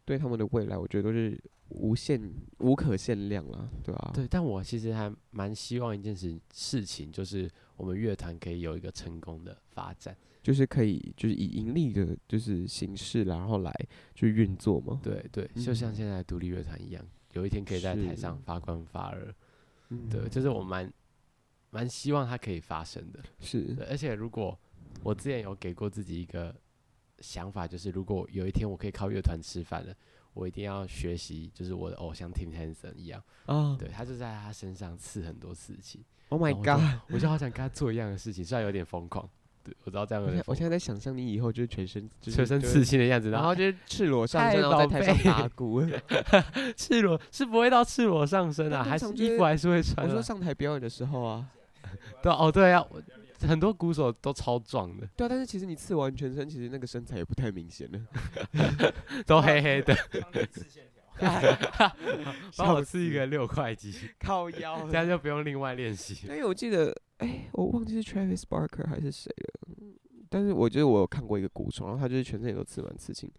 S1: 对他们的未来，我觉得都是无限、无可限量啦，对啊吧、
S2: 对，但我其实还蛮希望一件事事情，就是我们乐团可以有一个成功的发展。
S1: 就是可以，就是以盈利的，就是形式啦，然后来去运作嘛。
S2: 对对，就像
S1: 嗯
S2: 现在独立乐团一样，有一天可以在台上
S1: 是
S2: 发光发热。
S1: 嗯
S2: 对，这是我蛮蛮希望它可以发生的。
S1: 是
S2: 对，而且如果我之前有给过自己一个想法，就是如果有一天我可以靠乐团吃饭了，我一定要学习，就是我的偶像 Tim Henson 一样，
S1: 啊
S2: 对他就在他身上刺很多刺青。
S1: ，Oh my
S2: 然后
S1: god！
S2: 我就好想跟他做一样的事情，虽然有点疯狂，对我知道这样有
S1: 我现我
S2: 点疯
S1: 现在在想象你以后就是全身就是
S2: 全身
S1: 就是
S2: 刺青的样子，然
S1: 然
S2: 后
S1: 后就是赤裸上
S2: 嗨
S1: 身，然后在
S2: 宝
S1: 台上
S2: 贝
S1: 打鼓。 我
S2: 赤裸是不会到赤裸上身
S1: 但
S2: 啊，
S1: 通
S2: 还是
S1: 常就
S2: 衣
S1: 是
S2: 服还是会穿、啊。
S1: 说上台表演的时候啊，
S2: 对哦，对啊，我很多鼓手都超壮 的，
S1: 对啊，但是其实你刺完全身，其实那个身材也不太明显了。
S2: 都黑黑 的。帮我
S1: 笑
S2: 刺一
S1: 死
S2: 个六块肌，
S1: 靠腰
S2: 这样就不用另外练习
S1: 因。为我记得，哎，我忘记是 Travis Barker 还是谁了。嗯但是我觉得我有看过一个鼓手，然后他就是全身也都刺满刺青，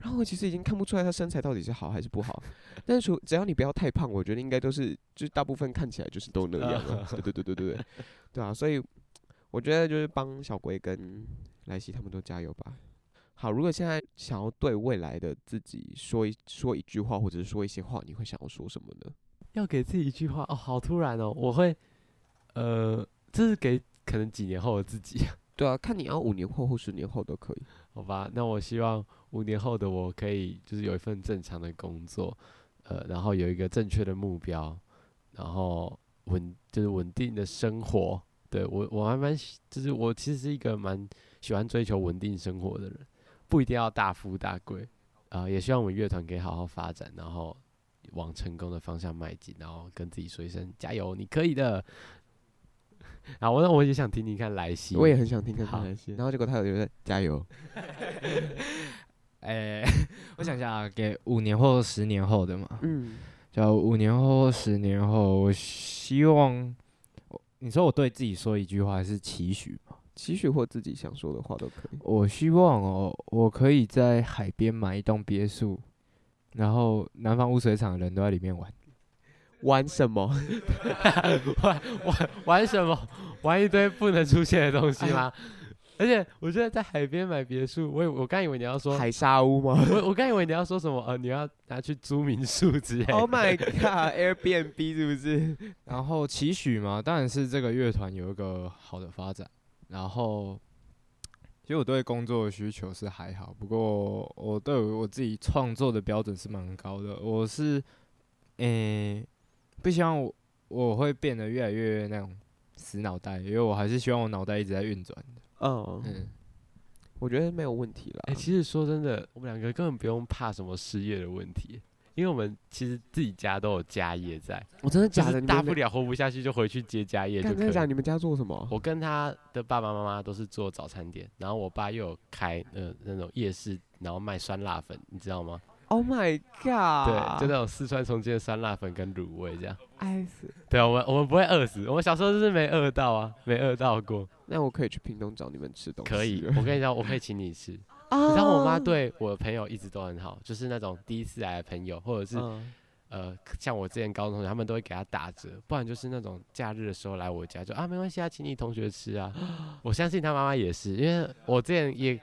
S1: 然后我其实已经看不出来他身材到底是好还是不 好。但是除只要你不要太胖，我觉得应该都是，就是大部分看起来就是都那样 了。对对对对对对，对啊，所以我觉得就是帮小龟跟莱西他们都加油吧。好，如果现在想要对未来的自己说一说一句话，或者是说一些话，你会想要说什么呢？
S2: 要给自己一句话哦，好突然哦，我会，呃，这是给可能几年后的自己，
S1: 对啊，看你要五年后或十年后都可以。
S2: 好吧？那我希望五年后的我可以就是有一份正常的工作，呃，然后有一个正确的目标，然后稳就是稳定的生活。对我我还蛮喜就是我其实是一个蛮喜欢追求稳定生活的人，不一定要大富大贵，啊、也希望我们乐团可以好好发展，然后往成功的方向迈进，然后跟自己说一声加油，你可以的。 啊，我那我也想听听看莱西，
S1: 我也很想听看
S2: 好
S1: 看那些，然后结果他有在加油，
S3: 哎、我想一下、啊，给五年后、十年后的嘛，
S1: 嗯，
S3: 叫五年后、或十年后，我希望，我你说我对自己说一句话是期许吗？
S1: 期许或自己想说的话都可以。
S3: 我希望哦，我可以在海边买一栋别墅，然后南方污水厂的人都在里面玩。
S1: 玩什么？
S2: 玩玩 玩什么？玩一堆不能出现的东西吗？而且我觉得在海边买别墅，我以我刚以为你要说，
S1: 哎海沙屋 吗
S2: 我我刚以为你要说什么呃，你要拿去租民宿之类的。
S1: ？Oh my god！Airbnb 是不是？
S3: 然后期许嘛，当然是这个乐团有一个好的发展。然后，其实我对工作的需求是还好，不过我对我自己创作的标准是蛮高的。我是，诶、不希望我我会变得越来越那种死脑袋，因为我还是希望我脑袋一直在运转的。
S1: 嗯，
S3: 嗯，
S1: 我觉得没有问题啦。
S2: 哎、其实说真的，我们两个根本不用怕什么失业的问题，因为我们其实自己家都有家业在，
S1: 我真的
S2: 就
S1: 假的？
S2: 是
S1: 你
S2: 大
S1: 们
S2: 不
S1: 没
S2: 了活不下去就回去接家业就
S1: 干真
S2: 可
S1: 的
S2: 以
S1: 假的？
S2: 了。
S1: 你们家做什么？
S2: 我跟他的爸爸妈妈都是做早餐店，然后我爸又有开呃那种夜市，然后卖酸辣粉，你知道吗？
S1: Oh my
S2: 对
S1: god！，
S2: 就那种四川重庆的酸辣粉跟卤味这样。
S1: 爱死。
S2: 对，啊我们我们不会饿死，我们小时候就是没饿到啊，没饿到过。
S1: 那我可以去屏东找你们吃东西了。
S2: 可以，我跟你讲，我可以请你吃。
S1: 啊
S2: 你知道我妈对我的朋友一直都很好，就是那种第一次来的朋友，或者是
S1: 嗯
S2: 呃，像我之前高中同学，他们都会给他打折，不然就是那种假日的时候来我家，就啊没关系啊，请你同学吃啊。 我相信他妈妈也是，因为我之前也，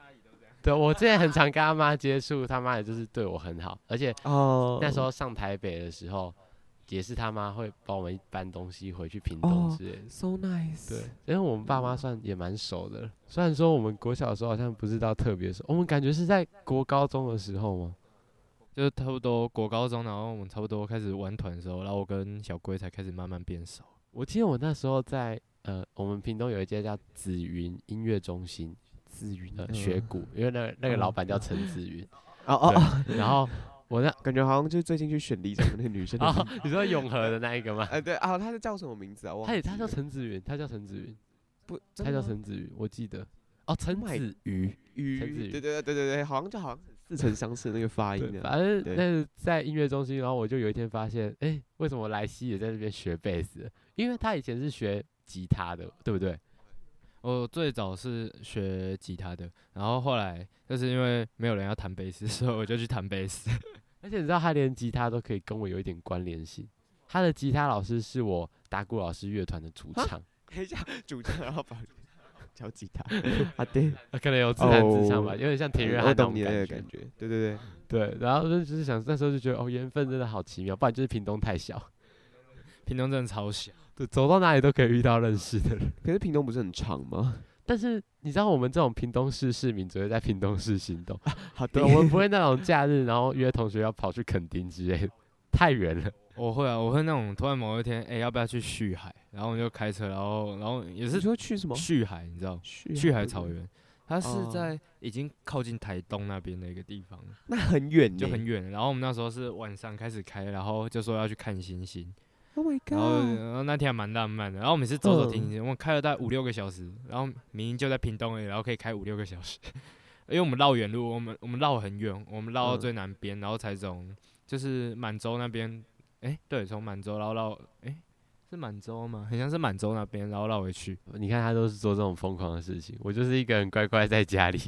S2: 对我之前很常跟他妈接触，他妈也就是对我很好，而且
S1: 哦，
S2: 那时候上台北的时候，也是他妈会帮我们搬东西回去屏
S1: 哦
S2: 东之类的。
S1: so nice。
S2: 对，因为我们爸妈算也蛮熟的了，虽然说我们国小的时候好像不是到特别熟，我们感觉是在国高中的时候吗？
S3: 就是差不多国高中，然后我们差不多开始玩团的时候，然后我跟小龟才开始慢慢变熟。
S2: 我记得我那时候在呃，我们屏东有一家叫紫云音乐中心，紫云的学
S1: 嗯
S2: 鼓，因为那个那个老
S1: 哦
S2: 板叫陈紫云，
S1: 哦哦哦，
S2: 对，然后我 那
S1: 感觉好像就是最近去选里长的那个女生的名
S2: 哦
S1: 字。，
S2: 你说永和的那一个吗？
S1: 呃，对啊，她是叫什么名字啊？忘
S2: 他也
S1: 记
S2: 他叫
S1: 了
S2: 陈紫云，他叫陈紫云，
S1: 不，
S2: 他叫
S1: 陈
S2: 陈紫云，我记得哦，陈
S1: my
S2: 紫瑜，
S1: 鱼，
S2: 陈子瑜
S1: 对对对对对对，好像就好像似曾相识的那个发音
S2: 对，
S1: 啊。
S2: 反正
S1: 对
S2: 那是在音乐中心，然后我就有一天发现，哎、为什么莱西也在那边学贝斯？因为他以前是学吉他的，对不对？
S3: 我最早是学吉他的，然后后来就是因为没有人要弹贝斯， 所以我就去弹贝斯。
S2: 而且你知道，他连吉他都可以跟我有一点关联性。他的吉他老师是我打鼓老师乐团的主
S1: 啊
S2: 唱，
S1: 等 一下，主唱然后把敲吉他啊，对，
S2: 呃可能有自弹自唱吧，
S1: 哦
S2: 有点像田园
S1: 我
S2: 汉那
S1: 懂
S2: 种
S1: 你的那个
S2: 感
S1: 感
S2: 觉。
S1: 觉，对对对，
S2: 对，然后就是想那时候就觉得，哦，缘分真的好奇妙，不然就是屏东太小，
S3: 屏东真的超小，
S2: 对，走到哪里都可以遇到认识的人。
S1: 可是屏东不是很长吗？
S2: 但是你知道，我们这种屏东市市民只会在屏东市行动。
S1: 好
S2: 对，
S1: 的，
S2: 我们不会那种假日，然后约同学要跑去垦丁之类的，太远了。
S3: 我会啊，我会那种突然某一天，哎、要不要去旭海？然后我就开车，然后然后也
S1: 你
S3: 是
S1: 说去什么？
S3: 旭海，你知道
S1: 去啊
S3: 旭海草
S1: 草原，
S3: 原，它是
S1: 哦
S3: 在已经靠近台东那边的一个地方，
S1: 那很远，
S3: 就很。远。然后我们那时候是晚上开始开，然后就说要去看星星，
S1: Oh my
S3: 然后
S1: god！
S3: 然后那天还蛮浪漫的。然后我们是走走
S1: 嗯
S3: 停停，我们开了大概五六个小时，然后明明就在屏东而已，然后可以开五六个小时， 因为我们绕远路，我们我们绕很远，我们绕到
S1: 嗯
S3: 最南边，然后才从就是满洲那边，哎、对，从满洲然后绕，哎、是满洲吗？很像是满洲那边，然后绕回去。
S2: 你看他都是做这种疯狂的事情，我就是一个人乖乖在家里，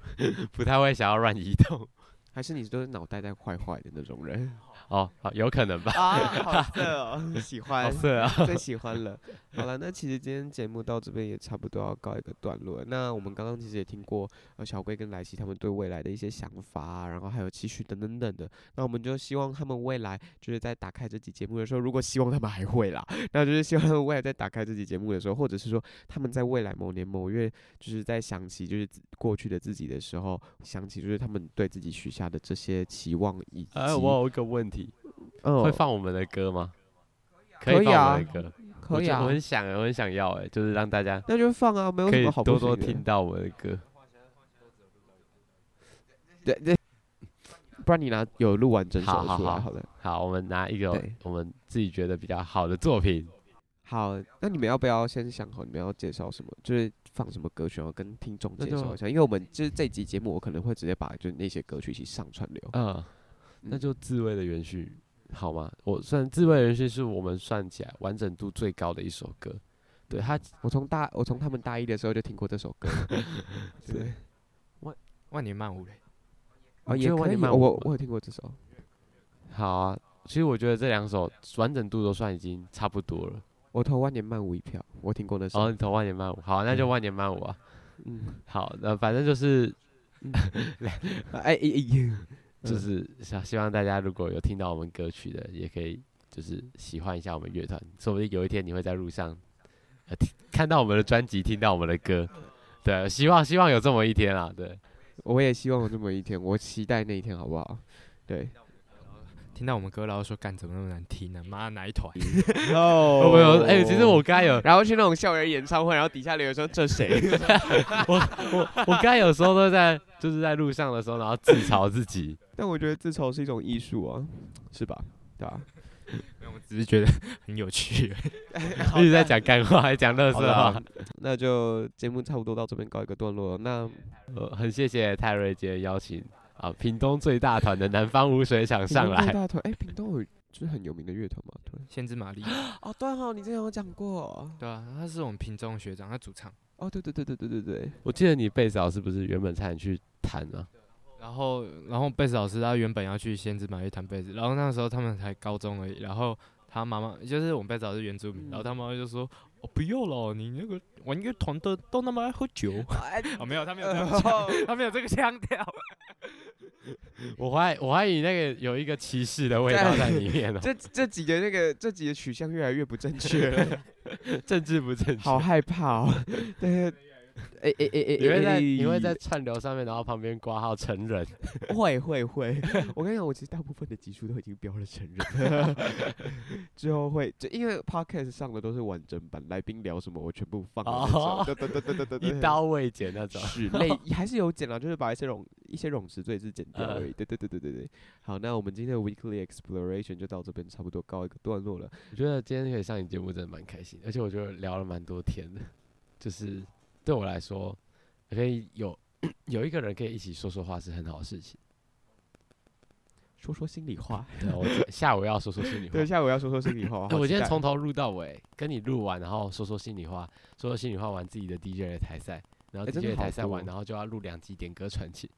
S2: 不太会想要乱移动。
S1: 还是你都是脑袋在坏坏的那种人
S2: 哦，好有可能 吧。
S1: 啊？好色哦，喜
S2: 好
S1: 欢。
S2: 色啊！
S1: 最喜欢了。好了，那其实今天节目到这边也差不多要告一个段落了。那我们刚刚其实也听过呃小龟跟莱西他们对未来的一些想法啊，然后还有期许等等等的。那我们就希望他们未来就是在打开这期节目的时候，如果希望他们还会啦，那就是希望他们未来在打开这期节目的时候，或者是说他们在未来某年某月，就是在想起就是自过去的自己的时候，想起就是他们对自己许下的这些期望以及
S2: 呃，我有一个问题，
S1: 嗯
S2: 会放我们的歌吗？
S1: 可
S2: 以
S1: 以
S2: 放
S1: 啊
S2: 我们的歌，我
S1: 可以
S2: 觉我
S1: 啊，
S2: 很想，我很想要，哎，就是让大家
S1: 那就放啊，没有
S2: 可
S1: 什
S2: 以
S1: 么好不
S2: 多多
S1: 行的
S2: 听到我们的歌。
S1: 对 对，不然你拿有录完整首
S2: 好好
S1: 出来
S2: 好
S1: 好了。
S2: 好，我们拿一个
S1: 对
S2: 我们自己觉得比较好的作品。
S1: 好，那你们要不要先想好你们要介绍什么，就是放什么歌曲，然后跟听众
S2: 那
S1: 介
S2: 就
S1: 绍一下？因为我们就是这集节目，我可能会直接把就是那些歌曲一起上串流。
S2: 嗯，那就自卫的元序好吗？我算自卫的元序是我们算起来完整度最高的一首歌，对他
S1: 我从大我从他们大一的时候就听过这首歌 了，对，
S3: 万年漫舞嘞，
S1: 哦
S2: 你
S1: 也
S2: 觉得万
S1: 可以，
S2: 年漫
S1: 我
S2: 舞
S1: 我
S2: 吗
S1: 有听过这首，
S2: 好啊。其实我觉得这两首完整度都算已经差不多了。
S1: 我投万年漫舞一票，我听过那首，
S2: 哦，你投万年漫舞，好，那就万年漫舞啊。
S1: 嗯，
S2: 好，那反正就是
S1: 啊哎哎哎，
S2: 就是想希望大家如果有听到我们歌曲的，也可以就是喜欢一下我们乐团，说不定有一天你会在路上，呃，听看到我们的专辑，听到我们的歌，对，啊希望希望有这么一天啊，对，
S1: 我也希望有这么一天，我期待那一天，好不好？对，
S3: 听到我们歌然后说干怎么那么难听呢、妈哪一团？
S1: 哦
S2: 我们有，哎、其实我刚才有，
S1: 然后去那种校园演唱会，然后底下留言说这谁？
S2: 我刚才有时候都在就是在路上的时候，然后自嘲自 己，
S1: 但我觉得自嘲是一种艺术啊，是吧？对啊吧？
S3: 我只是觉得 很有趣而已。
S2: 一直在讲干话，还讲乐
S1: 好
S2: 色
S1: 的
S2: 话
S1: 啊，那就节目差不多到这边告一个段落了。那
S2: 呃，很谢谢泰瑞杰邀请啊，屏东最大团的南方污水厂
S1: 屏
S2: 上
S1: 东最
S2: 来，
S1: 大团，哎，屏东有就是很有名的乐团嘛，对。
S3: 先知玛丽，
S1: 哦，对哦，你之前有讲过。
S3: 对啊，他是我们屏中学长，他主唱，
S1: 哦，对对对对对对 对，
S2: 我记得你贝嫂是不是原本差点去弹啊？
S3: 然后然后贝斯老师他原本要去先知玛丽弹贝斯，然后那时候他们才高中而已，然后他妈妈就是我们贝斯老师原住民，然后他妈妈就说。哦，不要了，你那个玩乐团的都那么爱喝酒。哦，没有，他没有这样讲， 他没有这个腔调。
S2: 我怀我怀疑那个有一个歧视的味道在里面哦、
S1: 这这几个那个这几个取向越来越不正确 了，
S2: 政治不正确。
S1: 好害怕哦。 对，哎哎哎哎，
S2: 你会在你会
S1: 哎
S2: 在串流上面，然后旁边挂号成人，
S1: 会会会，我跟你讲，我其实大部分的集数都已经标了 成人，之后会就因为 podcast 上的都是完整版，来宾聊什么我全部放了那种
S2: 哦
S1: 对对对对对对对，
S2: 一刀未剪那种。
S1: 是类还是有剪了，就是把一些冗一些冗词赘字剪掉
S2: 嗯
S1: 而已。对对对对对对，好，那我们今天的 weekly exploration 就到这边差不多告一个段落了。
S2: 我觉得今天可以上你节目真的蛮开心，而且我觉得聊了蛮多天的，就是对我来说，可以有 有一个人可以一起说说话是很好的事情。
S1: 说说心里话，
S2: 对啊，我这下午要说说心里话
S1: 对，。下午要说说心里话。
S2: 哎
S1: 好
S2: 我
S1: 期
S2: 今天
S1: 待
S2: 从头录到尾，跟你录完，然后说说心里话，说说心里话，玩自己的 DJ 的台赛，然后
S1: 哎真
S2: DJ
S1: 的
S2: 的哦
S1: 好
S2: 台赛完，
S1: 多
S2: 然后就要录两集点歌传奇。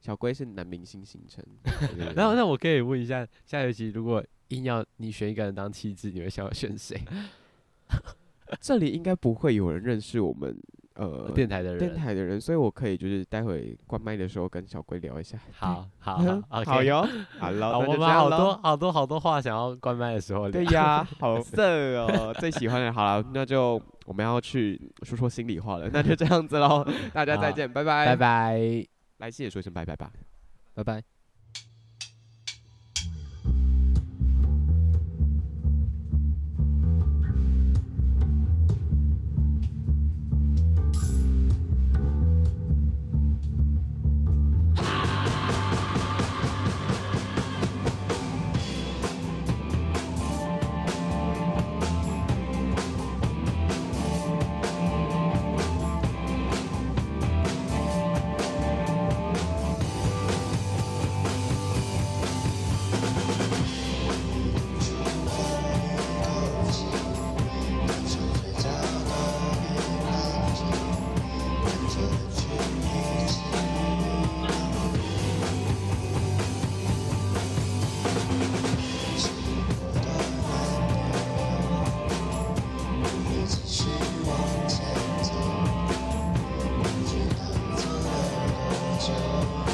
S1: 小龟是男明星行 程，
S2: 然后那我可以问一下，下学期如果硬要你选一个人当妻子，你会想要选谁？
S1: 这里应该不会有人认识我们呃
S2: 电台的人。
S1: 电台的人，所以我可以就是待会关麦的时候跟小龟聊一下。
S2: 好 好
S1: 嗯
S2: 好，
S1: 好
S2: OK。
S1: 哟，好了，
S2: 好，
S1: 那就
S2: 我
S1: 这
S2: 们
S1: 样
S2: 好
S1: 咯
S2: 多。好多好多话想要关麦的时候
S1: 对
S2: 聊。
S1: 呀，好色哦，最喜欢的。好了，那就我们要去说说心里话了，那就这样子喽，大家再
S2: 好
S1: 见，拜拜，
S2: 拜。拜。
S1: 来，谢谢说一声拜拜吧。
S3: 拜拜。
S4: Thank you.